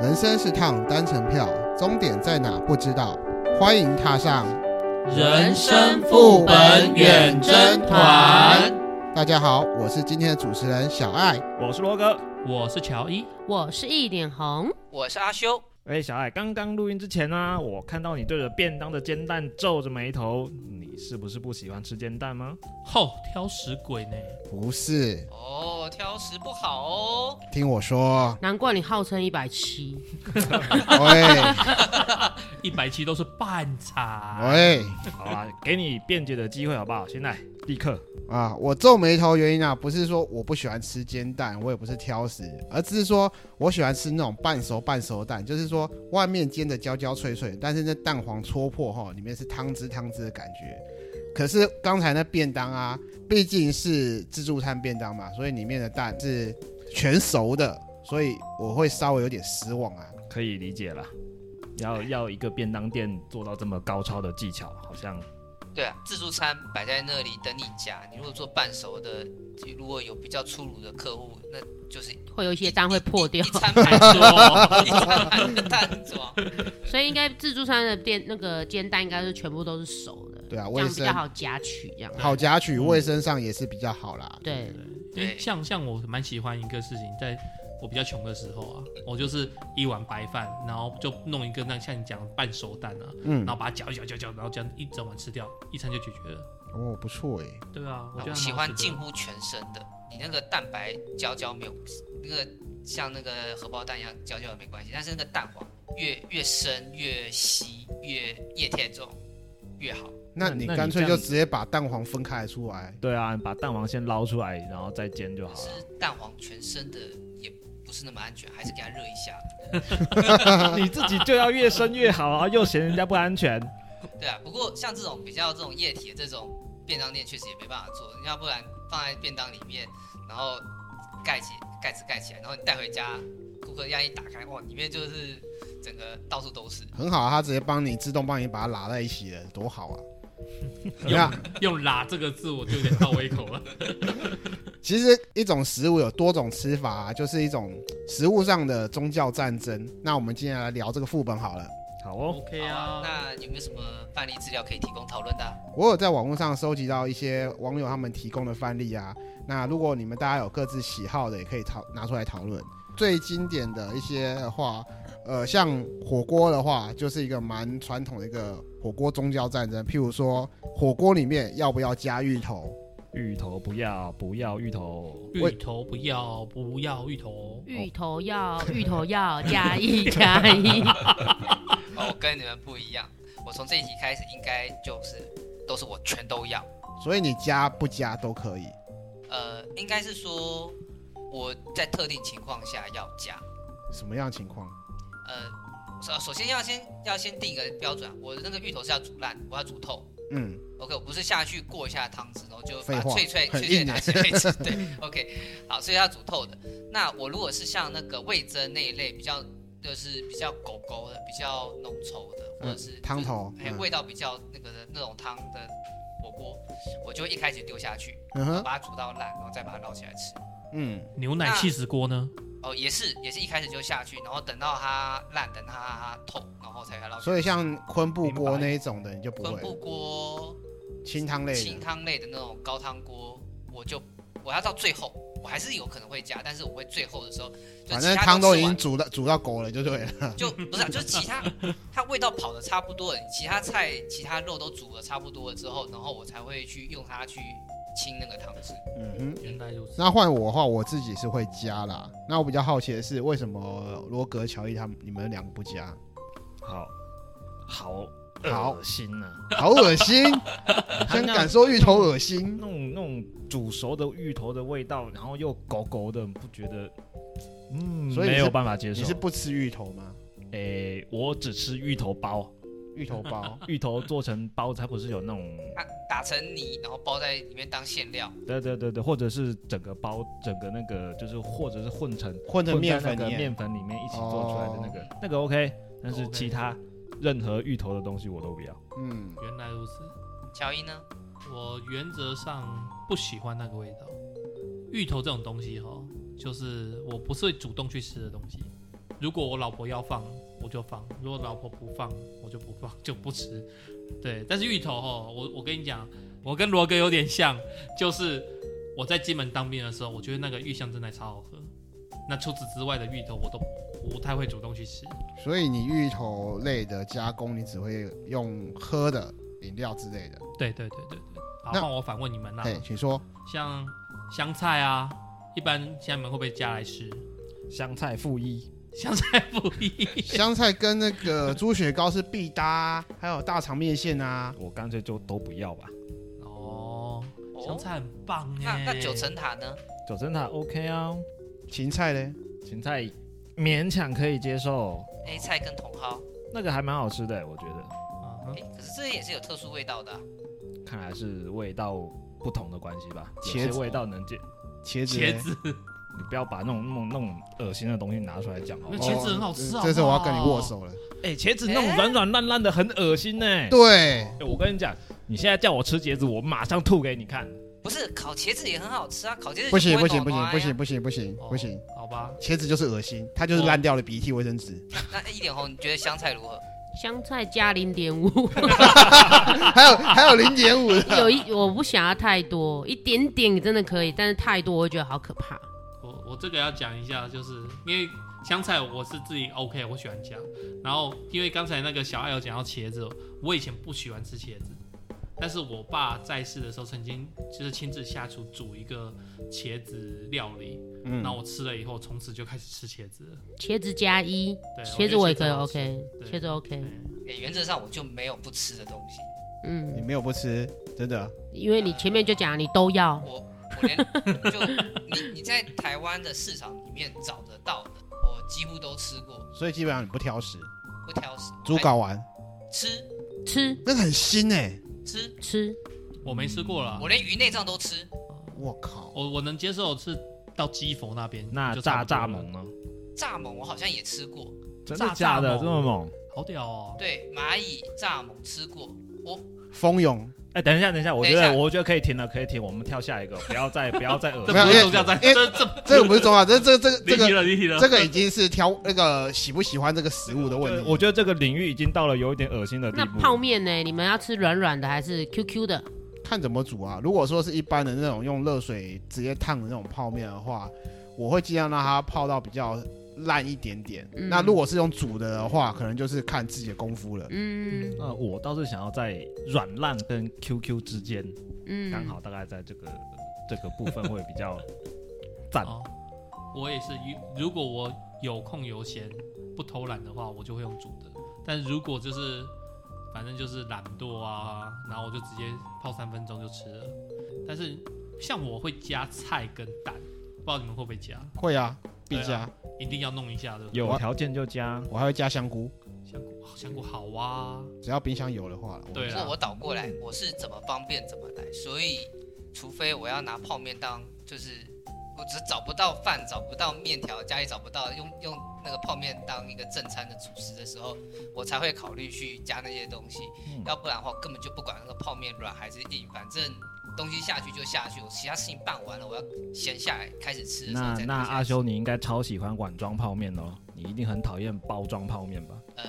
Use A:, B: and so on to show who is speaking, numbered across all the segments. A: 人生是趟单程票，终点在哪不知道，欢迎踏上。
B: 人生副本远征团。
A: 大家好，我是今天的主持人小爱。
C: 我是罗哥。
B: 我是乔伊，
D: 我是一脸红，，
E: 我是阿修，
C: 哎，小爱，刚刚录音之前呢、啊我看到你对着便当的煎蛋皱着眉头，你是不是不喜欢吃煎蛋 吗？
B: 吼、挑食鬼呢？
A: 不是，
E: 哦，挑食不好哦，
A: 听我说
D: 难怪你号称一百七。
A: 喂
B: 一百七都是半场。
A: 喂
C: 好啊，给你辩解的机会好不好？现在立刻。
A: 啊！我皱眉头原因啊，不是说我不喜欢吃煎蛋，我也不是挑食，而只是说我喜欢吃那种半熟半熟的蛋，就是说外面煎的焦焦脆脆，但是那蛋黄戳破后，里面是汤汁汤汁的感觉。可是刚才那便当啊，毕竟是自助餐便当嘛，所以里面的蛋是全熟的，所以我会稍微有点失望啊。
C: 可以理解了。要要一个便当店做到这么高超的技巧，好像
E: 对啊，自助餐摆在那里等你夹，你如果做半熟的，如果有比较粗鲁的客户，那就是一
D: 会有一些蛋会破 掉
E: 一，餐盘装，一餐盘的蛋装，
D: 所以应该自助餐的店那个煎蛋应该是全部都是熟的，
A: 对啊，
D: 这
A: 卫
D: 样比
A: 生
D: 较好夹取这样。
A: 好夹取，卫生上也是比较好啦。
D: 对，
B: 因为
E: 对
B: 像像我蛮喜欢一个事情，在我比较穷的时候啊，我就是一碗白饭，然后就弄一个那像你讲的半熟蛋啊，
A: 嗯
B: 然，后把它搅一搅搅一搅，然后这样一整碗吃掉，一餐就解决了。
A: 哦，不错诶。
B: 对啊，我觉得还蛮好吃的
E: 我喜欢近乎全身的，你那个蛋白焦焦没有，那个像那个荷包蛋一样焦焦的没关系，但是那个蛋黄越越深越稀越液态重越好。
A: 那
C: 那
A: 你
C: 那你
A: 干脆
C: 这
A: 就
C: 样
A: 直接把蛋黄分开来出来，
C: 对啊，把蛋黄先捞出来，然后再煎就好
E: 是蛋黄全身的也不是那么安全，还是给它热一下。
C: 了。你自己就要越深越好啊，又嫌人家不安全。
E: 对啊，不过像这种比较这种液体的这种便当店，确实也没办法做，要不然放在便当里面，然后盖起盖子盖起来，然后你带回家，顾客这样一打开，哇，里面就是整个到处都是。
A: 很好啊，它直接帮你自动帮你把它拉在一起了，多好啊！那
B: 用用“拉”这个字，我就有点到胃口了。
A: 其实一种食物有多种吃法、啊，就是一种食物上的宗教战争。那我们今天来聊这个副本好了。
C: 好哦，
B: OK
E: 好
B: 啊，
E: 那有没有什么范例资料可以提供讨论的啊、
A: 我有在网络上收集到一些网友他们提供的范例啊。那如果你们大家有各自喜好的，也可以讨拿出来讨论。最经典的一些的话，呃，像火锅的话，就是一个蛮传统的一个火锅宗教战争。譬如说，火锅里面要不要加芋头？
C: 芋头不要，不要芋头。
A: 我
B: 芋头不要，不要芋头。
D: 芋头要， 芋头要加一加一。
E: 哦，我跟你们不一样，我从这一题开始应该就是都是我全都要。
A: 所以你加不加都可以。
E: 呃，应该是说我在特定情况下要加，
A: 什么样情况？
E: 呃，首首先要先要先定一个标准啊，我的那个芋头是要煮烂，我要煮透。
A: 嗯，
E: OK，我不是下去过一下汤汁，然后就
A: 废
E: 把
A: 话
E: 脆脆
A: 很
E: 脆脆
A: 硬
E: 拿
A: 欸
E: 起来吃。 对，OK，好，所以要煮透的。那我如果是像那个味噌那一类比较，就是比较狗狗的、比较浓稠的，或者
A: 嗯
E: 是就是
A: 汤头
E: 哎，
A: 嗯
E: 味道比较那个的那种汤的火锅，我就一开始丢下去，
A: 嗯哼，
E: 把它煮到烂，然后再把它捞起来吃。
A: 嗯，
B: 牛奶
E: 那
B: 气死锅呢？
E: 哦，也是，也是一开始就下去，然后等到它烂，等它透，然后才把它捞起来。
A: 所以像昆布锅那一种的，你就不
E: 昆
A: 会
E: 布锅、
A: 清汤类
E: 清
A: 的。
E: 汤类的那种高汤锅，我就我要到最后，我还是有可能会加，但是我会最后的时候，就
A: 反
E: 其
A: 正
E: 他
A: 汤都
E: 吃
A: 已经
E: 完
A: 煮到煮到狗了，就对了。
E: 就不是、啊，就是其他它味道跑的差不多了，其他菜、其他肉都煮的差不多了之后，然后我才会去用它去清那个汤汁。
A: 嗯哼。
B: 原来如此。
A: 那换我的话，我自己是会加啦。那我比较好奇的是，为什么罗格、乔伊他们你们两个不加？
C: 好，好，
A: 好
C: 恶心啊！
A: 好恶心！真敢说芋头恶心
C: 那。种那种煮熟的芋头的味道，然后又狗狗的，不觉得？嗯，
A: 所以你
C: 没
A: 是
C: 有办法接受。
A: 你是不吃芋头吗？
C: 诶、我只吃芋头包，
A: 芋头包
C: 芋头做成包，它不是有那种
E: 它啊打成泥，然后包在里面当馅料，
C: 对对对对，或者是整个包整个那个就是或者是混成
A: 混成
C: 混在
A: 面粉
C: 那个
A: 里面哦
C: 面粉里面一起做出来的那个、那个 OK，但是
B: OK
C: 其他任何芋头的东西我都不要。
A: 嗯，
B: 原来如此。
E: 乔伊呢？
B: 我原则上不喜欢那个味道。芋头这种东西哈，就是我不是主动去吃的东西，如果我老婆要放，我就放；如果老婆不放，我就不放， 就不吃。对，但是芋头哦，我我跟你讲，我跟罗哥有点像，就是我在金门当兵的时候，我觉得那个芋香真的超好喝。那除此之外的芋头，我都不太会主动去吃。
A: 所以你芋头类的加工，你只会用喝的饮料之类的。
B: 对对对对对。好，
A: 那
B: 换我反问你们啦、
A: 嘿，请 说。
B: 像香菜啊，一般现在你们会不会加来吃？
C: 香菜负一，
B: 香菜不一，
A: 香菜跟那个猪血糕是必搭啊，还有大肠面线啊。
C: 我干脆就都不要吧。
B: 哦，香
E: 哦，
B: 菜很棒
E: 那
B: 哎。
E: 那九层塔呢？
C: 九层塔 OK 啊，
A: 芹菜嘞，
C: 芹菜勉强可以接受，
E: A 哎菜跟茼蒿，
C: 那个还蛮好吃的，我觉得。
B: 啊哈
E: 哎，可是这也是有特殊味道的啊。
C: 看来是味道不同的关系吧，有
A: 茄
C: 些
A: 子
C: 味道能接，
A: 茄子嘞，
B: 茄子，
C: 你不要把那种那种那种恶心的东西拿出来讲好
B: 那
C: 不好
B: 茄子很好吃
A: 哦
B: 好不好哦
A: 这次我要跟你握手了。
C: 哎、茄子那种软软烂烂的，很恶心呢、哎，
A: 对，
C: 我跟你讲，你现在叫我吃茄子，我马上吐给你看。
E: 不是烤茄子也很好吃啊，烤茄子
A: 不行
E: 就
A: 不
E: 会啊
A: 行
E: 头
A: 不行
E: 麻呀
A: 不行，不行不行
B: 哦
A: 不行，，
B: 好吧。
A: 茄子就是恶心，它就是烂掉了鼻涕卫生纸，
E: 那那一点红，你觉得香菜如何？
D: 香菜加零点五，
B: 哦
A: 还有还有零点 五的。
D: 有一我不想要太多，一点点真的可以，但是太多我会觉得好可怕。
B: 我我这个要讲一下，就是因为香菜我是自己 OK，我喜欢加。然后因为刚才那个小爱有讲到茄子，哦我以前不喜欢吃茄子，但是我爸在世的时候曾经就是亲自下厨煮一个茄子料理，
A: 嗯
B: 那、，我吃了以后，从此就开始吃茄子了。
D: 茄子加一，
B: 对，
D: 茄子我也可以
B: 我觉得
D: OK，
B: 对
D: 茄子 OK，
E: 哎、原则上我就没有不吃的东西，
A: 你
D: 嗯，
A: 没有不吃，真的。
D: 因为你前面就讲你都要，
E: 我我连就你你在台湾的市场里面找得到的，我几乎都吃过，
A: 所以基本上你不挑食，
E: 不挑食。
A: 猪睾丸
E: 哎吃
D: 吃
A: 那个很腥哎、
E: 吃，
D: 吃，
B: 我没吃过啦
E: 我，连鱼内脏都吃。
A: 我靠，
B: 我我能接受是到基佛那边，
C: 那
B: 就差
C: 炸
B: 不多
C: 炸
B: 了，
C: 蜢呢？
E: 蚱蜢我好像也吃过，
C: 真
B: 炸
C: 的假
B: 炸
C: 的？
B: 蜢
C: 这么猛？
B: 好屌哦！
E: 对，蚂蚁蚱蜢吃过。我
A: 蜂蛹，
C: 哎、等一下，等一下，我觉
E: 等一
C: 得
E: 下
C: 我觉得可以停了，可以停，我们跳下一个，不要再不要再恶
B: 这
C: 心
A: 没有因
B: 不是
A: 为
B: 宗教战，
A: 因为
B: 这这
A: 这个不是重要，这这 这这
B: 离
A: 个
B: 题了，离题了。
A: 这个已经是挑那个喜不喜欢这个食物的问
C: 对
A: 题。
C: 我觉得这个领域已经到了有一点恶心的地
D: 那
C: 步。
D: 泡面呢？你们要吃软软的还是 QQ 的？
A: 看怎么煮啊。如果说是一般的那种用热水直接烫的那种泡面的话，我会尽量让它泡到比较烂一点点。
D: 嗯
A: 那如果是用煮的的话，可能就是看自己的功夫
C: 啊
A: 了。
D: 嗯
C: 那我倒是想要在软烂跟 QQ 之间，
D: 嗯，
C: 刚好大概在这个这个部分会比较赞。
B: 哦，我也是，如如果我有空有闲不偷懒的话，我就会用煮的。但如果就是反正就是懒惰啊，然后我就直接泡三分钟就吃了。但是像我会加菜跟蛋，不知道你们会不会加，
A: 会啊，必
B: 对
A: 加，
B: 啊一定要弄一下的。
C: 有条件就加，
A: 我还会加香菇，
B: 香菇，哦香菇好啊，
A: 只要冰箱有的话。
B: 对
E: 如
B: 啊
E: 果我倒过来，我是怎么方便怎么来，所以除非我要拿泡面当，就是我只找不到饭，找不到面条，家里找不到，用用那个泡面当一个正餐的主食的时候，我才会考虑去加那些东西，
C: 嗯
E: 要不然的话根本就不管那个泡面软还是硬，反正东西下去就下去，我其他事情办完了，我要闲下来开始吃的时候
C: 那
E: 再
C: 那
E: 拿下
C: 阿
E: 去
C: 修，你应该超喜欢碗装泡面哦，你一定很讨厌包装泡面吧？
E: 呃。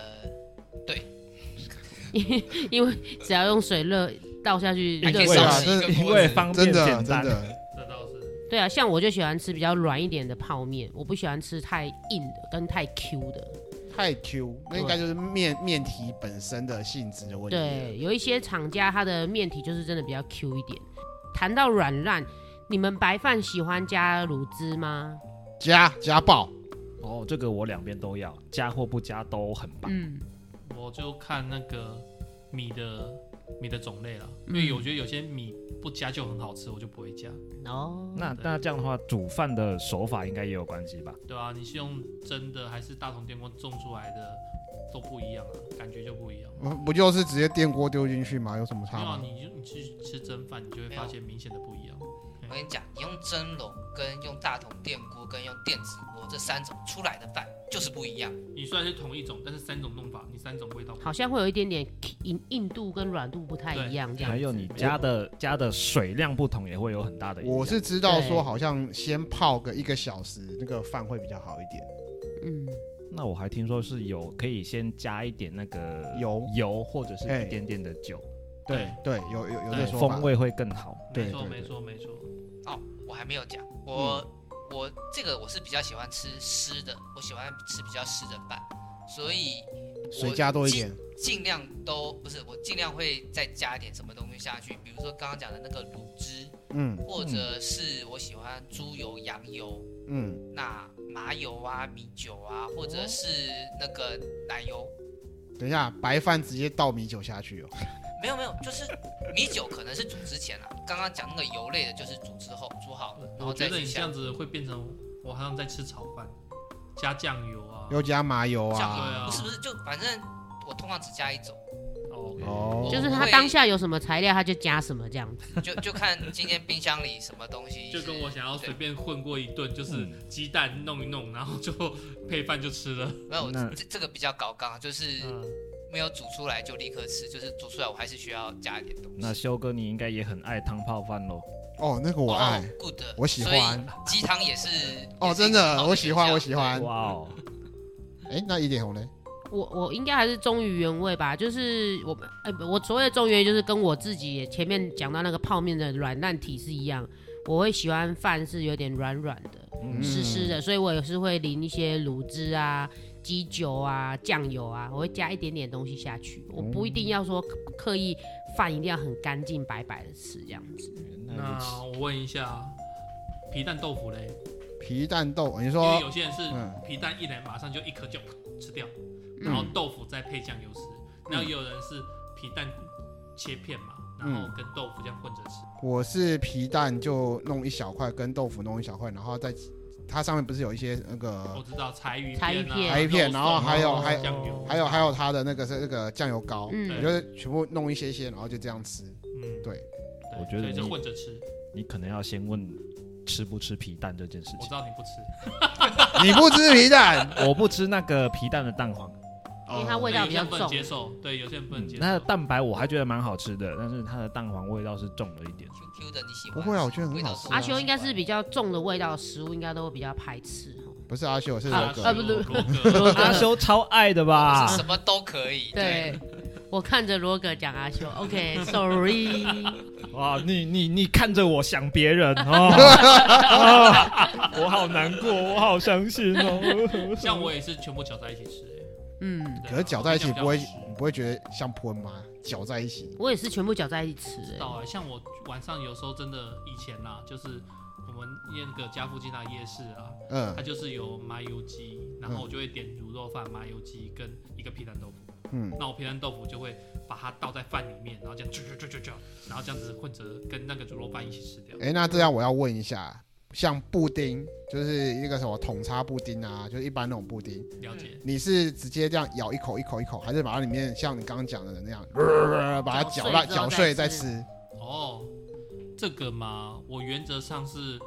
D: 因为只要用水热倒下去
E: 还可以
D: 热
A: 对
E: 对烧
A: 啊，
E: 啊
D: 水。
A: 真的
E: 这
C: 因为方便
A: 真的啊
C: 简
A: 真
C: 单。
A: 的，
B: 这倒是。
D: 对啊，像我就喜欢吃比较软一点的泡面，我不喜欢吃太硬的跟太 Q 的。
A: 太 Q，那应该就是面面体本身的性质的问题。
D: 对，，有一些厂家它的面体就是真的比较 Q 一点。谈到软烂，你们白饭喜欢加卤汁吗？
A: 加加爆，
C: 哦，这个我两边都要，加或不加都很棒。
D: 嗯，
B: 我就看那个米的米的种类了，因
D: 嗯
B: 为我觉得有些米不加就很好吃，我就不会加，
D: 哦，
C: 那那这样的话，煮饭的手法应该也有关系吧？
B: 对啊，你是用蒸的还是大同电锅种出来的都不一样啊，感觉就不一样。
A: 不不就是直接电锅丢进去吗？有什么
B: 没
A: 差
B: 有啊
A: 吗，？
B: 你就你去吃蒸饭，你就会发现明显的不一样。
E: 我跟你讲，你用蒸笼、跟用大同电锅、跟用电子锅这三种出来的饭就是不一样。
B: 你虽然是同一种，但是三种弄法，你三种味道不一样
D: 好像会有一点点硬硬度跟软度不太一样，这样子。
C: 还有你加的加的水量不同，也会有很大的影响。
A: 我是知道说，
D: 对
A: 好像先泡个一个小时，那个饭会比较好一点。
D: 嗯，
C: 那我还听说是有可以先加一点那个
A: 油
C: 油或者是
A: 哎
C: 一点点的酒，哎
A: 对对，有有有这
B: 对
A: 说法
C: 风。味会更好。
B: 没
A: 对
B: 错
A: 对
B: 没
A: 对
B: 错没错，
E: 哦，我还没有讲，我、我这个我是比较喜欢吃湿的，我喜欢吃比较湿的饭，所以
A: 水加多一点，
E: 尽量都不是，我尽量会再加一点什么东西下去，比如说刚刚讲的那个卤汁，
A: 嗯
E: 或者是我喜欢猪油、羊油，
A: 嗯，
E: 那麻油啊、米酒啊，或者是那个奶油。
A: 等一下，白饭直接倒米酒下去哦。
E: 没有没有，就是米酒可能是煮之前啊， 刚刚讲那个油类的就是煮之后煮好了，然后
B: 我觉
E: 再
B: 得
E: 去
B: 你这
E: 下
B: 样。子会变成我好像在吃炒饭，加酱油啊，
A: 又加麻油
E: 酱
B: 对啊
E: 油
A: 啊
E: 不，是不是，就反正我通常只加一种，
B: 哦，
A: 哦，
D: 就是他当下有什么材料，他就加什么这样子。
E: 就 就看今天冰箱里什么东西。
B: 就是跟我想要随便混过一顿，就是
C: 嗯
B: 鸡蛋弄一弄，然后就配饭就吃了。
E: 没有
C: 那
E: 这这个比较高纲，就是
B: 嗯，
E: 没有煮出来就立刻吃，就是煮出来我还是需要加一点东西。哦
C: 那修哥，你应该也很爱汤泡饭喽？
A: 哦，那个我爱，
E: 哦，good，
A: 我喜欢。
E: 所以鸡汤也是
A: 哦，
E: 也是
A: 真
E: 一个很好
A: 的，
E: 的
A: 我喜欢，
E: 选项
A: 我喜欢。
C: 哇哦，
A: 哎，那一点红嘞？
D: 我我应该还是忠于原味吧，就是我们哎、我所谓的忠于原味就是跟我自己前面讲到那个泡面的软烂体是一样，我会喜欢饭是有点软软的、
C: 嗯
D: 湿湿的，所以我也是会淋一些卤汁啊、鸡酒啊、酱油啊，我会加一点点东西下去，我不一
C: 哦
D: 定要说刻刻意饭一定要很干净白白的吃这样
C: 哦
D: 子。
C: 原来如此
B: 嗯那我问一下，皮蛋豆腐嘞？
A: 皮蛋豆，你
B: 因为
A: 说，
B: 有些人是
A: 嗯
B: 皮蛋一来马上就一颗就吃掉，然后
D: 嗯，
B: 豆腐再配酱油吃。
A: 嗯
B: 然后也有人是皮蛋切片嘛，然
A: 嗯
B: 后跟豆腐这样混着吃。
A: 我是皮蛋就弄一小块，跟豆腐弄一小块，然后再它上面不是有一些那
B: 我
A: 个，
B: 知道柴鱼
D: 柴鱼
B: 片啊、
D: 片
A: 柴鱼片
B: 肉
A: 然后
B: 松
A: 还有
B: 啊
A: 还有
B: 酱油，
A: 还有还有它的那个是那个酱油膏，
D: 嗯
A: 我就是全部弄一些些，然后就这样吃。
B: 嗯，
A: 对，
B: 对
C: 我觉得
B: 所以就
C: 你
B: 混着吃。
C: 你可能要先问吃不吃皮蛋这件事
B: 我知
C: 情。
B: 道你不 吃，
A: 你不吃皮蛋，
C: 我不吃那个皮蛋的蛋黄，
D: 因为它味
B: 对
D: 道
B: 有
D: 比
B: 些
D: 较
B: 人不能
D: 重，
B: 接受，对，有些人不
A: 嗯
B: 能接受。
C: 它的蛋白我还觉得蛮好吃的，但是它的蛋黄味道是重了一 点。
E: Q Q 的你喜欢？
A: 不会啊我觉得很好吃啊
D: 阿
C: 嗯
D: 修应该是比较重的味道，食物应该都会比较排斥哦。
A: 不是阿秀，是
D: 啊
A: 那
D: 啊
A: 个
D: 不是
B: 是
C: 阿修超爱的吧
E: 啊 是？什么都可以。对，
D: 对，我看着罗格讲啊阿修，OK，Sorry，、
C: 哇，你你你看着我想别人 哦啊我好难过，我好伤心哦。
B: 像我也是全部搅在一起吃、欸
D: 嗯，
B: 对啊
A: 可是搅在一起不会
B: 这样比较好吃，
A: 你不会觉得像喷吗？搅在一起，
D: 我也是全部搅在一起吃、
B: 到
D: 哎，
B: 啊、像我晚上有时候真的以前啦，就是我们那个家附近那夜市啊，
A: 嗯
B: 它就是有麻油鸡，然后我就会点卤肉饭、麻油鸡跟一个皮蛋豆腐。
A: 嗯，
B: 那我皮蛋豆腐就会把它倒在饭里面，然后这样啾啾啾啾啾，然后这样子混着跟那个猪肉饭一起吃掉。
A: 哎，那这样我要问一下，像布丁，就是那个什么桶叉布丁啊，就是一般那种布丁，
B: 了解，
A: 你是直接这样咬一口一口一口，还是把它里面像你刚刚讲的那样，呃把它搅烂
D: 嗯搅
A: 搅碎
D: 碎之
A: 再
D: 后再吃
A: 吃？
B: 哦，这个嘛，我原则上是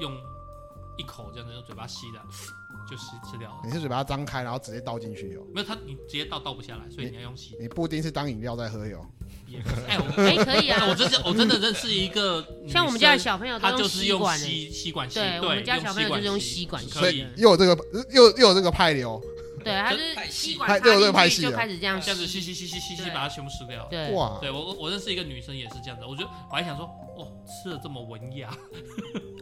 B: 用一口这样子用嘴巴吸的，就吸吃掉了。
A: 你是嘴巴张开，然后直接倒进去哟。
B: 没有它，你直接倒倒不下来，所以你要用吸
A: 你布丁是当饮料在喝哟。
B: 也不是。哎，我
D: 哎、可以 啊
B: 我，真的我真的认识一个女生，
D: 像我们家的小朋友都
B: 她就是
D: 吸
B: 用
D: 管、哎，
B: 吸吸管吸，
D: 对
B: 对，
D: 我们家小朋友就是用吸
B: 吸
D: 管吸
B: 可以
D: 的
A: 又有这个又又有这个派流，
D: 欸对，他就
E: 这派
D: 是
E: 系
D: 吸管
A: 派
D: 插
A: 对我这个派
D: 进去
A: 系
D: 就
A: 的
D: 开始这样
B: 这样子吸吸吸吸吸吸，
D: 对
B: 把它全部吃掉。
D: 对，
A: 哇！
B: 对我我我认识一个女生也是这样子，我觉得我还想说，哦，吃的这么文雅，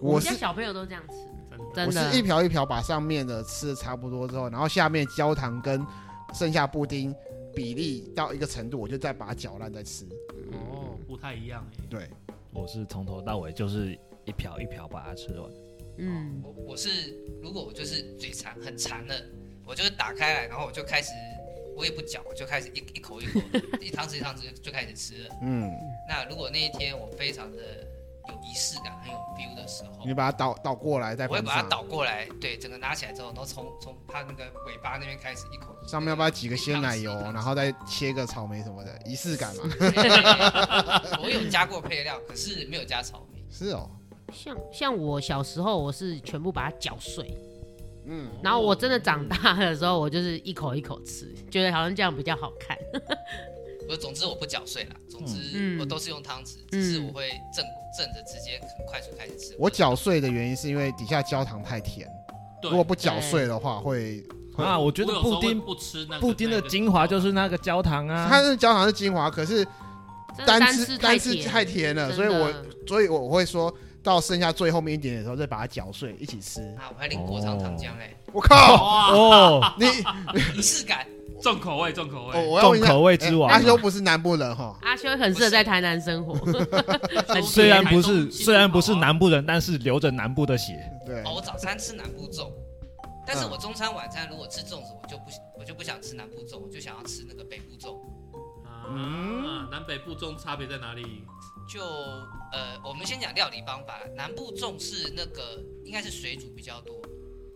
D: 我
A: 我
D: 们家
A: 是
D: 小朋友都这样吃，
B: 真的。
A: 我
D: 真
A: 是一
D: 的。
A: 瓢一瓢把上面的吃的差不多之后，然后下面焦糖跟剩下布丁比例到一个程度，我就再把它搅烂再吃。
B: 哦，不太一样哎。
A: 对，
C: 我是从头到尾就是一瓢一瓢把它吃完。
D: 嗯，
E: 哦我我是如果我就是嘴馋很馋了，我就是打开来，然后我就开始，我也不嚼，我就开始一一口 一口，一汤匙一汤匙就开始吃了。
A: 嗯，
E: 那如果那一天我非常的有仪式感、很有 feel 的时候
A: 你，把它倒倒过来再
E: 我会
A: 放
E: 把
A: 上
E: 它，倒过来，对，整个拿起来之后，然后从从它那个尾巴那边开始一口。
A: 上面要不要挤个鲜奶油，
E: 一汤匙一汤匙
A: 然后再切个草莓什么的，仪式感嘛。
E: 我有加过配料，可是没有加草莓。
A: 是哦，
D: 像像我小时候，我是全部把它搅碎，
A: 嗯，
D: 然后我真的长大的时候，我就是一口一口吃，觉得好像这样比较好看。
E: 我总之我不搅碎啦，总之
D: 嗯
E: 我都是用汤匙，只是我会正正着直接很快速开始吃。
A: 我搅碎的原因是因为底下焦糖太甜，
B: 欸对
A: 如果不搅碎的话会
C: 啊，我觉
B: 我
C: 得
B: 有时
C: 布
B: 候会
C: 丁
B: 不吃那个
C: 布丁的精华就是那个焦糖啊，
A: 它是焦糖是精华，可是
D: 真的
A: 单
D: 吃
A: 吃单吃
D: 甜
A: 太甜了，所以我所以我会说到剩下最后面一点点的时候再把它搅碎一起吃。
E: 啊，我还淋果糖糖浆哎，
A: 我靠，
B: 哇，
C: 哦，
A: 你
E: 仪式感。
B: 重口味，重口
A: 我
B: 味，
A: 啊我要问一
C: 重
A: 下
C: 口味之王
A: 哎阿修不是南部人哈，
D: 阿修很适合在台南生活， 很
B: 啊
C: 虽然
D: 甜
B: 台
C: 不是
B: 中
C: 虽然不是
B: 新竹好啊
C: 南部人，但是流着南部的血。
A: 对
E: 哦，我早餐吃南部粽，但是
A: 嗯
E: 我中餐晚餐如果吃粽子，我就不我就不想吃南部粽，我就想要吃那个北部粽。
C: 嗯
B: 啊，南北部中差别在哪里？
E: 就呃，我们先讲料理方法啦，南部粽是那个应该是水煮比较多，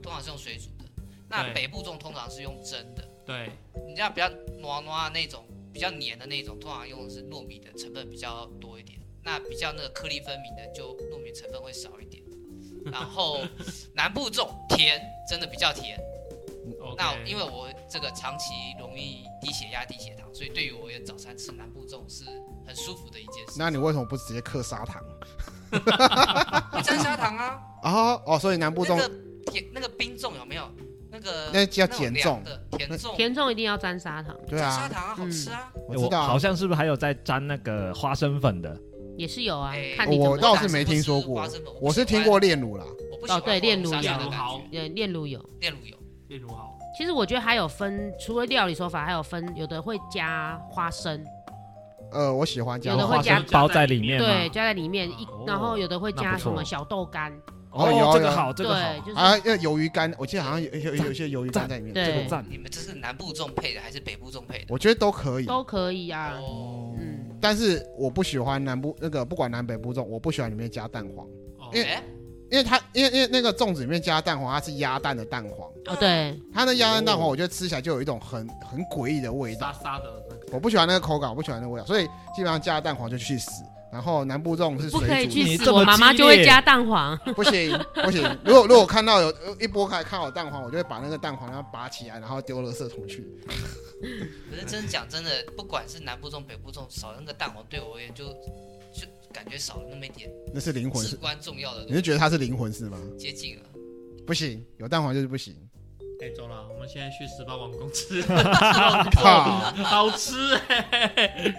E: 通常是用水煮的。那
B: 对
E: 北部粽通常是用蒸的，
B: 对，
E: 你这样比较糯糯的那种，比较黏的那种，通常用的是糯米的成分比较多一点。那比较那个颗粒分明的，就糯米成分会少一 点。然后南部粽甜，真的比较甜。
C: 嗯
E: 那因
B: 为
E: 为我这个长期容易低血压、低血糖，所以对于我而言早餐吃南部粽是很舒服的一件事。
A: 那你为什么不直接嗑砂糖？
E: 会沾砂糖啊，
A: 哦哦，所以南部
E: 那
A: 粽
E: 个甜那个冰粽有没有？那个
A: 那叫减
E: 种
A: 重，
E: 的甜粽，
D: 甜粽一定要沾砂糖，
A: 对
E: 沾砂
A: 啊，
E: 糖啊，好
D: 嗯
E: 吃啊。
A: 我知道
C: 哎好
A: 啊，
C: 像是不是还有在沾那个花生粉的？
D: 也是有啊
E: 哎，
D: 看你怎
A: 我
D: 么
A: 倒
E: 打
A: 是没
E: 不
A: 听
E: 吃
A: 说过
E: 花生粉
A: 我是听过，炼乳啦，
E: 我不喜欢
D: 哦对炼乳
E: 花生
D: 有
E: 的感觉
D: 呃炼乳有。
E: 炼乳油，
B: 炼乳好，
D: 其实我觉得还有分，除了料理手法，还有分，有的会加花生，
A: 呃，我喜欢加
D: 有的
A: 花
D: 会
C: 花
D: 加
C: 生包在里面
D: 对，
C: 吗？
D: 加在里面一
C: 哦，
D: 然后有的会
C: 那
D: 加
C: 不
D: 什
C: 错
D: 么小豆干，
A: 哦有
C: 哦，这个
A: 有
C: 好，这个好
D: 对，，就是
A: 啊，要鱿鱼干，我记得好像有有有有些鱿鱼干在里面，
D: 对
A: 这个
C: 这个赞。
E: 你们这是南部粽配的还是北部粽配的？
A: 我觉得都可以。
D: 都可以啊。
E: 哦，
D: 嗯，
A: 但是我不喜欢南部那个，不管南北部粽，我不喜欢里面加蛋黄，
B: 哦
A: 因
E: 哎，
A: 因为它因为因为那个粽子里面加蛋黄，它是鸭蛋的蛋黄，
D: 哦对，
A: 它那鸭蛋蛋黄，我觉得吃起来就有一种很很诡异的味道
B: 沙，沙的那个
A: 我不喜欢那个口感，我不喜欢那个味道，所以基本上加蛋黄就去死。然后南部粽是
D: 不
A: 水
D: 可以
A: 煮
D: 去
C: 你
D: 死，
C: 这
D: 我
C: 么
D: 妈妈
C: 激
D: 就会
C: 烈
D: 加蛋黄。
A: 的，不行不行。如果如果看到有一剥开看到有蛋黄，我就会把那个蛋黄然后拔起来，然后丢垃圾桶去。
E: 可是真的讲真的，不管是南部粽、北部粽，少了那个蛋黄对我而言就就感觉少了那么一点
A: 那是灵魂
E: 至
A: 是？
E: 关重要的
A: 你
E: 东
A: 是觉得它是灵魂是吗？
E: 西接近了。
A: 不行，有蛋黄就是不 行。
B: 哎，走了，我们现在去十八王宫 吃，
D: 哦
A: 靠，
B: 好吃哎，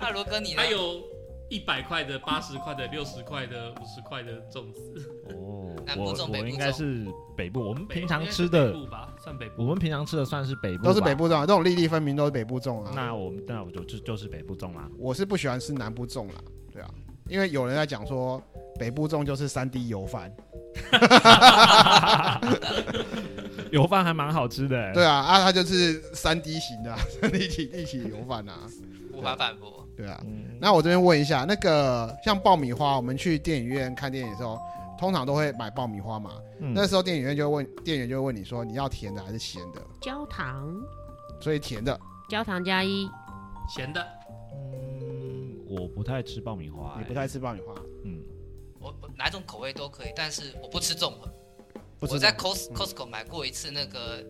E: 那罗哥你呢
B: 还？有一百块的、八十块的、六十块的、五十块的粽子，
C: 哦
E: 南部
C: 我
E: 粽
C: 我
E: 北部
C: 应该
E: 粽
C: 是北部，我们平常
B: 北
C: 吃
B: 应该是
C: 的
B: 北，部吧，算北部。
C: 我们平常吃的算是北部，
A: 都是北。部粽啊，这种粒粒分明都是北部粽啊。
C: 那我们那我就就就是北部粽啦。
A: 我是不喜欢吃南部粽啦，对啊，因为有人在讲说北部粽就是三 D 油饭，
C: 油饭还蛮好吃的，
A: 对，啊，啊，它就是三 D 型的、啊， 立体立体油饭啊，
E: 无法反驳。
A: 对啊。
C: 嗯，
A: 那我这边问一下，那个像爆米花，我们去电影院看电影的时候，通常都会买爆米花嘛。那
C: 嗯
A: 时候电影院就会问，店员就会问你说你要甜的还是咸的，
D: 焦糖，
A: 所以甜的
D: 焦糖加一，
B: 咸的，
C: 嗯，我不太吃爆米花，
A: 你不
C: 哎，
A: 太吃爆米花，
C: 嗯，
E: 我我哪种口味都可以，但是我不吃粽盒。
A: 不吃
E: 我在
A: 的。
E: Cos Costco 买过一次那个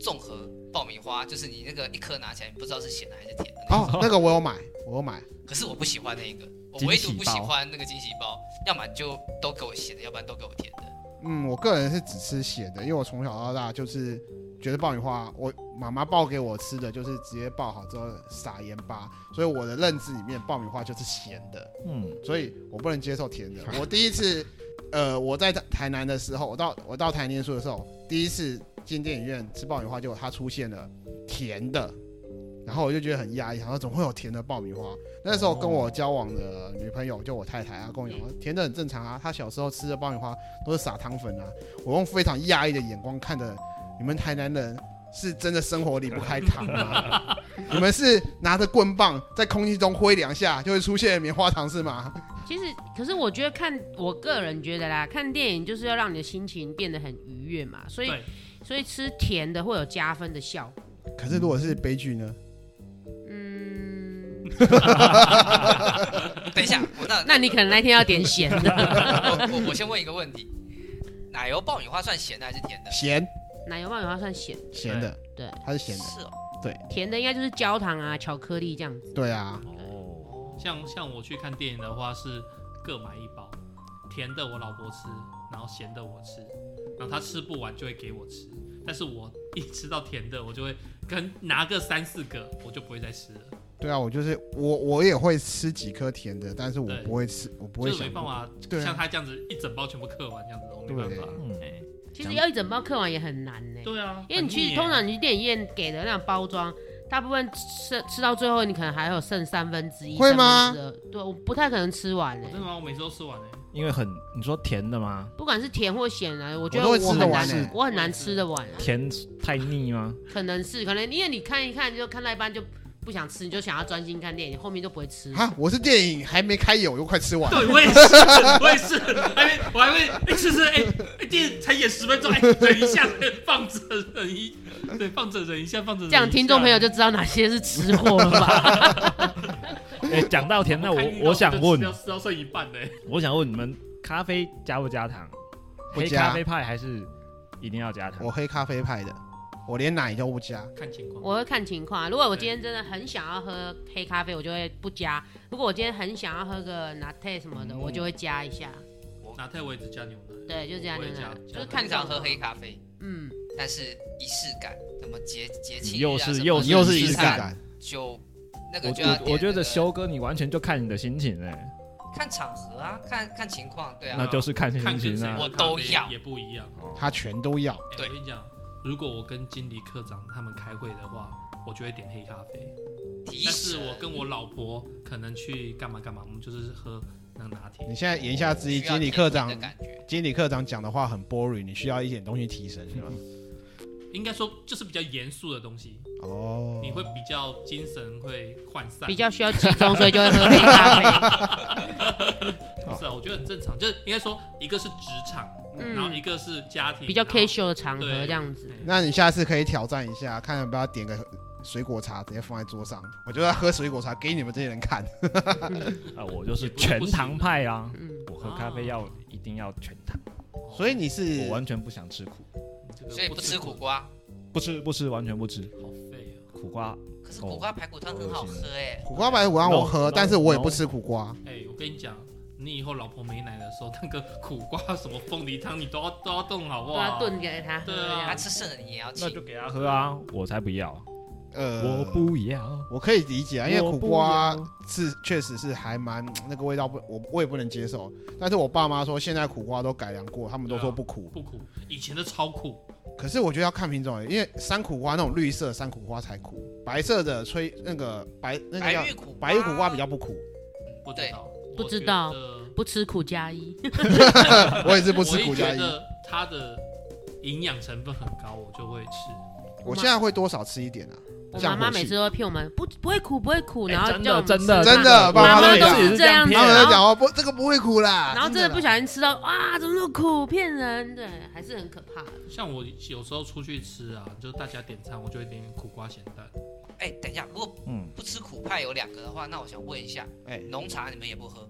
E: 综合爆米花，就是你那个一颗拿起来，你不知道是咸的还是甜的。
A: 哦，那个我有买，我有买。
E: 可是我不喜欢那一个，我
C: 惊
E: 唯
C: 喜
E: 独不喜
C: 包
E: 欢那个惊喜包，要么就都给我咸的，要不然都给我甜的。
A: 嗯，我个人是只吃咸的，因为我从小到大就是觉得爆米花，我妈妈爆给我吃的就是直接爆好之后撒盐巴，所以我的认知里面爆米花就是咸的，
C: 嗯，
A: 所以我不能接受甜的。我第一次，呃，我在台南的时候，我到我到台南念书的时候，第一次进电影院吃爆米花，结果它出现了甜的，然后我就觉得很压抑，然后怎么会有甜的爆米花？哦那时候跟我交往的女朋友，就我太太啊，跟我讲说，甜的很正常啊，她小时候吃的爆米花都是撒糖粉啊。我用非常压抑的眼光看着你们台南人。是真的生活离不开糖吗？你们是拿着棍棒在空气中挥两下就会出现棉花糖是吗？
D: 其实，可是我觉得看，我个人觉得啦，看电影就是要让你的心情变得很愉悦嘛，所以
B: 对，
D: 所以吃甜的会有加分的效果。
A: 可是如果是悲剧呢？
D: 嗯，
E: 等一下，我那
D: 那你可能那天要点咸的，
E: 我我我先问一个问题：奶油爆米花算咸的还是甜的？
A: 咸
D: 奶油爆米花算咸，
A: 咸的，
D: 对，
A: 它是咸的，
E: 是哦，
D: 甜的应该就是焦糖啊、巧克力这样子。
A: 对啊，
C: 哦，
B: 像像我去看电影的话是各买一包，甜的我老婆吃，然后咸的我吃，然后她吃不完就会给我吃，但是我一吃到甜的，我就会可能拿个三四个，我就不会再吃了。
A: 对啊，我就是我我也会吃几颗甜的，但是我
B: 对
A: 不会吃，我不会
B: 就是
A: 想
B: 没办法
A: 对啊
B: 像他这样子一整包全部嗑完这样子，我没办法。
C: 嗯，
B: 哎，
D: 其实要一整包嗑完也很难呢、
B: 对啊，
D: 因为你去通常你去电影院给的那种包装，大部分吃吃到最后，你可能还有剩三分之一，
A: 会吗
D: 三分之二？对，我不太可能吃完呢、
B: 真的吗？我每次都吃完哎，
C: 因为很你说甜的吗？
D: 不管是甜或咸啊，我觉得
A: 我
D: 我
A: 都会吃
D: 很
A: 得
D: 难，
A: 完欸
D: 我很难吃得完、啊。
C: 甜太腻吗？
D: 可能是，可能因为你看一看，就看到一半就不想吃，你就想要专心看电影，后面就不会吃。
A: 啊，我是电影还没开演，我就快吃完了。
B: 对，我也是，我也是，还没，我还会哎吃吃哎哎电影才演十分钟，哎忍一下，放着忍一，对，放着忍一下，放着。
D: 这样听众朋友就知道哪些是吃货了吧？
C: 哎，讲到甜，那
B: 开运
C: 我
B: 到
C: 我想问
B: 就，吃到吃到剩一半嘞，
C: 我想问你们，咖啡加不加糖？
A: 不
C: 黑
A: 加
C: 咖啡派还是一定要加糖
A: 我？黑咖啡派的，我连奶都不加。
B: 看情况。
D: 我会看情况啊、如果我今天真的很想要喝黑咖啡，我就会不加；如果我今天很想要喝个 latte 什么的，
C: 嗯
D: 我就会加一下。
B: 拿太我也只加牛奶，
D: 对，就这样，
B: 我
D: 就
B: 也
D: 这
B: 加
D: 样，
B: 加
D: 就是看
E: 通
D: 场
E: 常喝黑。咖啡，
D: 嗯，
E: 但是仪式感，什么节节气日啊
C: 又是
E: 什么
C: 又
A: 又是
E: 日
A: 仪式
E: 餐
A: 感，
E: 就那
C: 我
E: 个就要
C: 我我
E: 点
C: 觉
E: 那
C: 得
E: 个
C: 修哥，你完全就看你的心情哎，
E: 看场合啊，看看情况，对啊，
C: 那就是看
B: 看
C: 心
B: 跟
C: 情
B: 谁
C: 啊。
E: 我都要
B: 也不一样。
A: 他全都要。
B: 哎
E: 对
B: 我跟你讲，如果我跟经理、科长他们开会的话，我就会点黑咖啡。
E: 提
B: 但是
E: 神
B: 我跟我老婆可能去干嘛干嘛，我们就是喝那拿铁
A: 你。现在言下之意，
E: 需要
A: 经理
E: 甜
A: 科
E: 蜜
A: 长
E: 的，感觉，
A: 经理科长讲的话很 boring，你需要一点东西提升，是吧？
B: 应该说就是比较严肃的东西，
A: 哦，
B: 你会比较精神会涣散。
D: 比较需要集中，所以就会喝黑咖啡。
B: 不是啊，我觉得很正常。就是应该说，一个是职场，然后一
D: 嗯，
B: 个是家庭，
D: 比较
B: 然后哎
D: casual 的场合
B: 对
D: 这样子。
A: 那你下次可以挑战一下，看要不要点个水果茶直接放在桌上。我就要喝水果茶给你们这些人看。
C: 啊，我就是全糖派啊，
D: 嗯，
C: 我喝咖啡要一定要全糖，
B: 哦
A: 所以你是
C: 我完全不想吃苦，
B: 这个
E: 所以不吃苦
B: 瓜
E: 瓜。
C: 不吃不吃完全不吃
B: 好废哦。
C: 苦瓜，
E: 可是
A: 哦
E: 苦瓜排骨汤很好喝哎、
A: 苦瓜白虎啊让我
C: No,
A: 喝，
C: no,
A: 但是我也
C: no
A: 不吃苦瓜。
B: 哎，我跟你讲，你以后老婆没奶的时候，那个苦瓜什么凤梨汤，你都要都要炖好不
D: 都
B: 好？
D: 要炖给他喝
B: 对啊
D: 这
A: 嗯
E: 他
D: 样。
E: 吃剩的你也要
C: 那
E: 吃。
C: 就给他喝啊，我才不要，
A: 呃，
C: 我不要。
A: 我可以理解啊，因为
C: 我
A: 苦
C: 不
A: 瓜
C: 要
A: 是确实是还蛮那个味道不，我我也不能接受。但是我爸妈说现在苦瓜都改良过，他们都
B: 对啊
A: 说不苦。
B: 不苦，以前的超苦。
A: 可是我觉得要看品种，因为山苦瓜那种绿色山苦瓜才苦，白色的吹那个白那个
E: 白
A: 叫
E: 玉苦
A: 白玉苦瓜比较不苦。
B: 不知道，
D: 不知道不吃苦加一，
A: 我也是
B: 我
A: 不吃苦加
B: 一
A: 一
B: 觉，得它的营养成分很高，我就会吃。
A: 我现在会多少吃一点啊。
D: 我
A: 降
D: 妈
A: 火
D: 妈每
A: 气
D: 次都会骗我们，不不会苦，不会苦，
C: 哎
D: 然后
C: 真
D: 叫我
C: 的
D: 们
C: 真的
D: 吃
A: 真的爸妈都
D: 妈妈
A: 这样
D: 都是这样子，
A: 他们在
D: 然
A: 讲
D: 后
A: 哦，不，这个不会苦啦。
D: 然后真的不
A: 啦
D: 小心吃到啊，怎么那么苦，骗人，对，还是很可怕的。
B: 像我有时候出去吃啊，就大家点餐，我就会点苦瓜咸蛋。
E: 哎、等一下，如果
C: 嗯，
E: 不吃苦派有两个的话，那我想问一下，
A: 哎
E: 浓茶你们也不喝，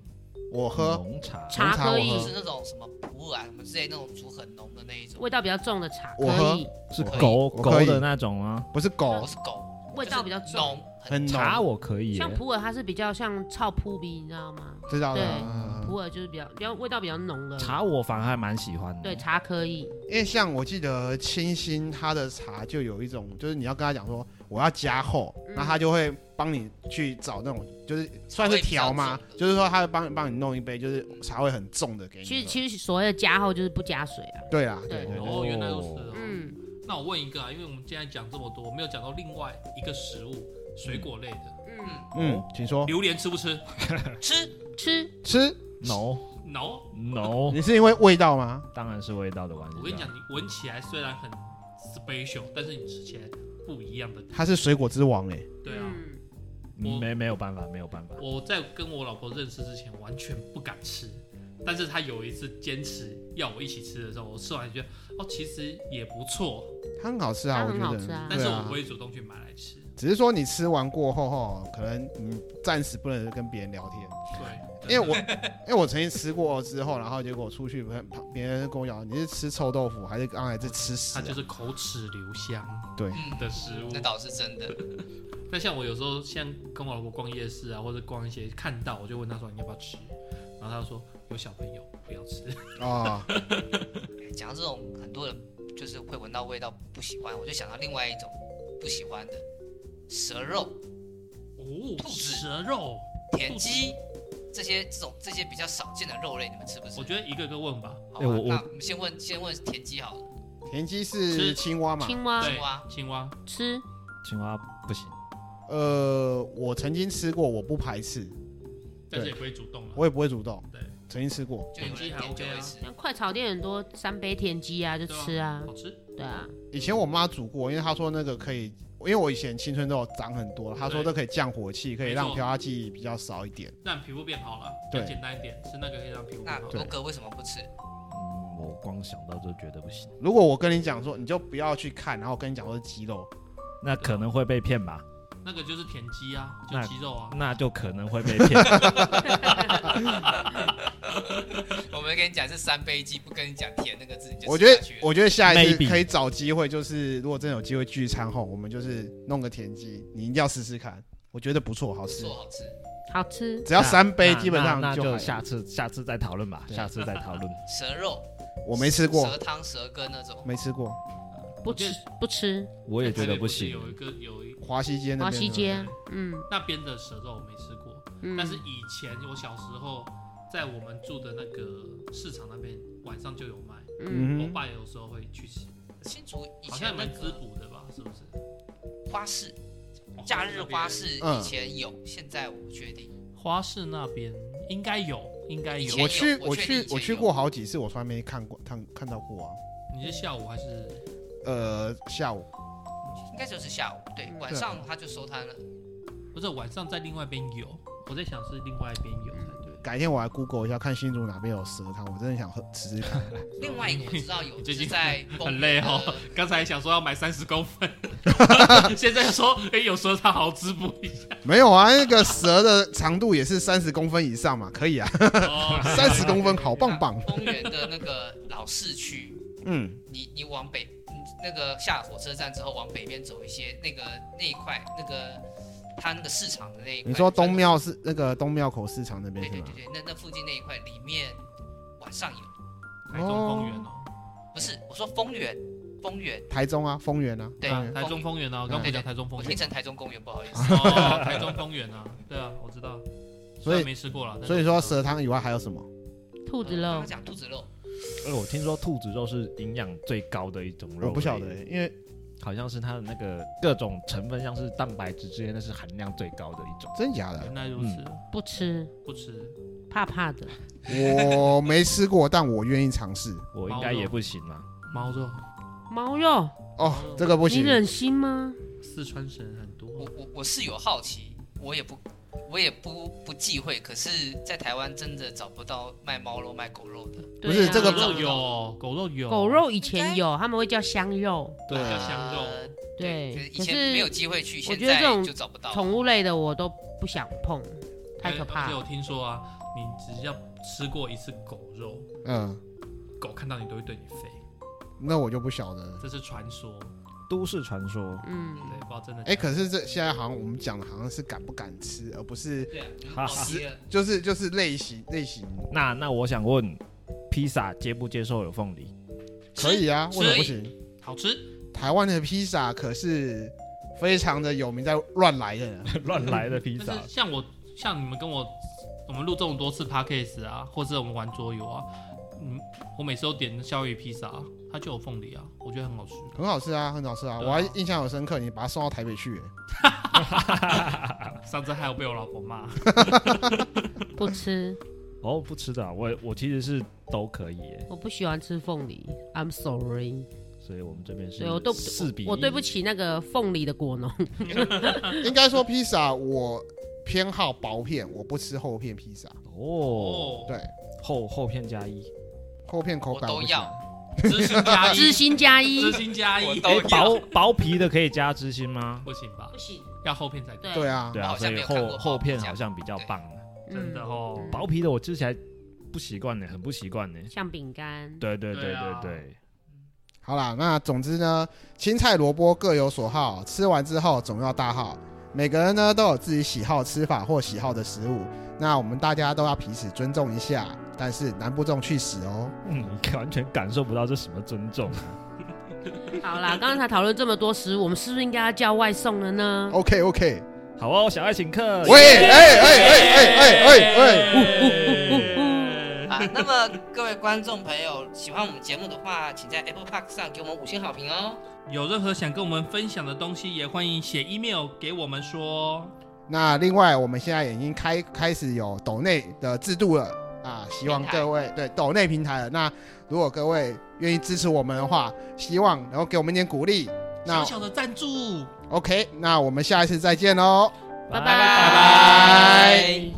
A: 我喝
D: 嗯
C: 浓茶，
D: 茶
A: 茶
D: 可
A: 我
E: 就
D: 以
A: 喝
E: 是，那种什么普洱啊什么之类那种煮很浓的那一种。
D: 味道比较重的茶
A: 我喝
D: 可以，
C: 是
E: 我可以
C: 狗
A: 我
C: 狗
A: 可以
C: 的那种啊吗？
A: 不是狗
D: 嗯
E: 我，是狗，
D: 味道比较
E: 就是
D: 重。
E: 浓，很
A: 很浓，
C: 茶我可以耶，
D: 像普洱它是比较像臭扑鼻，你知道吗？
A: 知道的。
D: 对
A: 嗯
D: 普洱就是比较比较味道比较浓
B: 呃
D: 的。
C: 茶我反而还蛮喜欢的。
D: 对茶可以，
A: 因为像我记得清新他的茶就有一种，就是你要跟他讲说我要加厚，
D: 嗯
A: 那他就会帮你去找那种就是算是调吗
E: 茶味比较重？的
A: 就是说他会帮帮你弄一杯，就是茶味很重的给你。
D: 其
B: 嗯
D: 实其实所谓的加厚就是不加水啊。
A: 对啊，
D: 对
A: 对对对，
B: 哦，原来如此、哦。
D: 嗯
B: 那我问一个啊，因为我们现在讲这么多，没有讲到另外一个食物，水果类的，
D: 嗯，
A: 嗯，请说
B: 榴莲吃不吃
E: 吃
D: 吃
A: 吃。
C: ，no
B: ？No，
C: no，
A: 你是因为味道吗？
C: 当然是味道的关系。啊
B: 我跟你讲，，你闻起来虽然很 special，但是你吃起来不一样的。
A: 他是水果之王哎，
B: 对啊，
D: 嗯
B: 我
C: 没没有办法，没有办法。
B: 我在跟我老婆认识之前完全不敢吃，但是她有一次坚持要我一起吃的时候，我吃完觉得哦，其实也不错，
A: 它很好吃啊，
D: 它
A: 我觉
D: 很好
A: 得
D: 吃啊。
B: 但
A: 对
B: 是我
A: 啊
B: 不，会主动去买来吃。
A: 只是说你吃完过后吼，可能你暂时不能跟别人聊天。
B: 对，
A: 因为我 因为我曾经吃过之后，然后结果出去，别人别人跟我讲你是吃臭豆腐还是刚才是吃屎
B: 它
A: 啊、
B: 就是口齿留香
E: 嗯，
B: 的食物
E: 那。倒是真的。
B: 但像我有时候像跟我老婆逛夜市啊，或者逛一些看到，我就问她说你要不要吃，嗯然后她就说有小朋友不要吃。
A: 啊、
E: 讲到这种很多人就是会闻到味道不喜欢，我就想到另外一种不喜欢的蛇肉、
B: 哦，
E: 兔子
B: 蛇肉，
E: 田鸡这些这种这些比较少见的肉类，你们吃不吃？
B: 我觉得一个个问吧。
E: 好
C: 哎
E: 吧
C: 我，我
E: 那我们先问先问田鸡好了，
A: 田鸡是
B: 吃
A: 青蛙嘛？
D: 青蛙
B: 对
E: 青蛙
B: 青蛙，
D: 吃
C: 青蛙不行，
A: 呃，我曾经吃过，我不排斥，
B: 但是也不会主动了。啊
A: 我也不会主动。
B: 对，
A: 曾经吃过
E: 就有
B: 田鸡
E: 人
B: 还
E: 点就
B: OK
E: 会
B: 啊
E: 吃。
D: 像快炒店很多三杯田鸡啊，就
B: 对
D: 吃啊，
B: 好吃。
D: 对啊，
A: 以前我妈煮过，因为她说那个可以，因为我以前青春痘长很多，她说
B: 对
A: 这可以降火气，可以
B: 没错
A: 让漂压剂比较少一点。
B: 让皮肤变好了，
A: 对
B: 要简单一点，吃那个可以让皮肤
E: 那
B: 变好。
E: 罗格为什么不吃？
C: 嗯，我光想到就觉得不行，
A: 如果我跟你讲说，你就不要去看，然后我跟你讲说是鸡肉，
C: 那
B: 啊
C: 可能会被骗吧，
B: 那个就是田鸡啊，就
C: 那
B: 鸡肉啊，
C: 那就可能会 被骗。
E: 我们跟你讲是三杯鸡，不跟你讲甜那个字，你就
A: 我
E: 吃
A: 觉
E: 下
A: 得
E: 去了
A: 我觉得下一次
C: Maybe
A: 可以找机会，就是如果真的有机会聚餐后，我们就是弄个田鸡，你一定要试试看，我觉得不错，好
E: 不
A: 吃。
E: 错好吃。
D: 好吃。
A: 只要三杯
C: 那
A: 基本上
C: 那那
A: 就
C: 就
A: 还
C: 下次下次再讨论吧，
A: 对
C: 下次再讨 论。
E: 蛇肉
A: 我没吃过
E: 蛇，汤、蛇羹那种。
A: 没吃过
D: 不吃
B: 我
D: 不吃
C: 我也觉得不
B: 台北
C: 行
B: 是有一个有一
A: 华西街那边的。
D: 华西
E: 啊
D: 街，嗯
B: 那边的蛇肉我没吃过，
D: 嗯，
B: 但是以前我小时候在我们住的那个市场那边晚上就有卖，
D: 嗯
A: 嗯
B: 我
A: 哼，
B: 爸有时候会去吃，
E: 新竹以
B: 好像
E: 前
B: 你
E: 那
B: 们滋
E: 个
B: 补的吧，是不是？
E: 花市，
B: 哦
E: 假日花市
A: 嗯
E: 以前有，现在我不确定。
B: 花市那边应该有，应该
E: 以
B: 有
A: 我去
E: 前。我
A: 我
E: 确定以
A: 去
E: 前
A: 我去
E: 有
A: 过好几次，我从来没看过看看到过啊。
B: 你是下午还是？
A: 呃，下午
E: 应该就是下午，对，
D: 嗯
E: 晚上他就收摊了。
B: 不是晚上在另外一边有，我在想是另外一边有才对。
A: 改天我来 Google 一下，看新竹哪边有蛇汤，我真的想喝吃吃看。
E: 嗯另外一个我知道有，
B: 你
E: 就
B: 最
E: 是
B: 近
E: 在
B: 很累哦
E: 公园的
B: 刚才想说要买三十 公分，现在说哎、有时候它好滋补一下。
A: 没有啊，那个蛇的长度也是三十公分以上嘛，可以啊，
B: 哦
A: 三十公分好棒棒。
E: 公园的那个老市区，
A: 嗯，
E: 你你往北，嗯那个下火车站之后往北边走一些，那个那一块那个他那个市场的那一块，
A: 你说东
E: 面？
A: 庙是那个东庙口市场那边
E: 对
A: 是
E: 对
A: 吗
E: 对？对，那那附近那一块里面晚上有，
B: 台中公园哦，
E: 不是我说丰原，丰原
A: 台中啊，丰原啊，
E: 对
B: 啊台中丰原
A: 嗯
B: 啊，我刚不
E: 对对
B: 讲台中丰
E: 我听
B: 原，
E: 成台中公园，不好意思。
B: 哦，台中丰原啊，对啊，我知道，虽
A: 所
B: 然
A: 以
B: 没吃过了，
A: 所以说蛇汤以外还有什么？
D: 兔子
E: 刚
D: 肉
E: 嗯
B: 嗯
E: 刚，讲兔子肉，
C: 哎，我听说兔子肉是营养最高的一种肉，
A: 我不晓得，欸因为
C: 好像是它的那个各种成分，像是蛋白质之类，那是含量最高的一种。
A: 真假
B: 原
A: 的
B: 来如此，
A: 嗯
D: 不吃，
B: 不吃，
D: 怕怕的。
A: 我没吃过，但我愿意尝试。
C: 我应该也不行嘛，
B: 猫肉，
D: 猫肉，
A: 哦，这个不
D: 你
A: 行，
D: 忍心吗？
B: 四川省很
E: 我
B: 多，
E: 我我是有好奇，我也不我也不不忌讳，可是，在台湾真的找不到卖猫肉、卖狗肉的。
A: 不
D: 对
A: 是
D: 啊
A: 这个
B: 狗肉有，狗肉有，
D: 狗肉以前有，他们会叫香肉，
A: 对
B: 比较香肉，
E: 呃可
D: 对
E: 是，以
D: 可
E: 前没有
D: 是
E: 机会去，现
D: 觉得这
E: 在
D: 种
E: 就找不到。
D: 宠物类的我都不想碰，太可
B: 而
D: 怕
B: 且
D: 了。
B: 我听说啊，你只要吃过一次狗肉，
A: 嗯，
B: 狗看到你都会对你飞，
A: 那我就不晓得了。
B: 这是传说，
C: 都市传说。
D: 嗯，
B: 对，不知道真的假的。
A: 哎、可是这现在好像我们讲的好像是敢不敢吃，而不是
E: 对啊，
C: 哈
E: 好
C: 哈
E: 奇了。
A: 就是就是类型类型
C: 那那我想问，披萨接不接受有凤梨？
A: 可以啊，为什么不
B: 吃
A: 行？
B: 好吃，
A: 台湾的披萨可是非常的有名，在乱来的呢。
C: 乱来的披萨
B: 但是像我像你们跟我我们录这么多次 podcast 啊，或者我们玩桌游啊，嗯，我每次都点夏威夷披萨、啊，它就有凤梨啊，我觉得很好吃。
A: 很好吃啊，很好吃啊，
B: 对
A: 我
B: 啊
A: 还印象很深刻，你把它送到台北去耶，欸
B: 上次还有被我老婆骂，
D: 不吃，
C: 哦，不吃的啊、我我其实是都可以耶，
D: 我不喜欢吃凤梨，I'm sorry，
C: 所以我们这边是
D: 对我都不
C: 四比一
D: 我对不起那个凤梨的果 农。
A: 应该说披萨我偏好薄片，我不吃厚片披萨，
C: 哦，
B: 哦，
A: 对，
C: 后后片加一，
A: 厚片口
E: 我
A: 感
E: 都
A: 不行
E: 要，
B: 知心加
D: 知
B: 一，
D: 心加一
B: 知，心加
E: 我
B: 一，
E: 都
C: 哎
E: 哦要。
C: 薄薄皮的可以加芝心吗？
B: 不行吧
D: 不？行，
B: 要后片才可以
D: 对
A: 对啊
C: 对
E: 我
C: 啊，
E: 好
C: 所
E: 像没
C: 以
E: 有看过
C: 后后
E: 薄皮
C: 片
E: 酱
C: 好像比较棒。
B: 真的
D: 嗯
B: 哦，
D: 嗯
C: 薄皮的我吃起来不习惯呢，很不习惯呢。
D: 像饼干，
C: 对对对
B: 对啊
C: 对对，
A: 好啦，那总之呢，青菜萝卜各有所好，吃完之后总要大号。每个人呢都有自己喜好吃法或喜好的食物，那我们大家都要彼此尊重一下，但是难不中去死哦。
C: 嗯，你完全感受不到这什么尊重啊。
D: 好啦，刚才讨论这么多食物，我们是不是应该要叫外送了呢？
A: OK OK，
C: 好哦，小爱请客。
A: 喂，哎哎哎哎哎哎哎，
E: 啊，那么各位观众朋友，喜欢我们节目的话，请在 Apple Park 上给我们五星好评哦。
B: 有任何想跟我们分享的东西，也欢迎写 email 给我们说。
A: 那另外，我们现在已经开开始有抖内的制度了啊，希望
E: 平台
A: 各位对抖内平台了。那如果各位愿意支持我们的话，希望能够给我们一点鼓励。那
B: 小小的赞助。
A: OK，那我们下一次再见喽。
D: 拜
C: 拜
D: 拜
C: 拜
E: 拜
D: 拜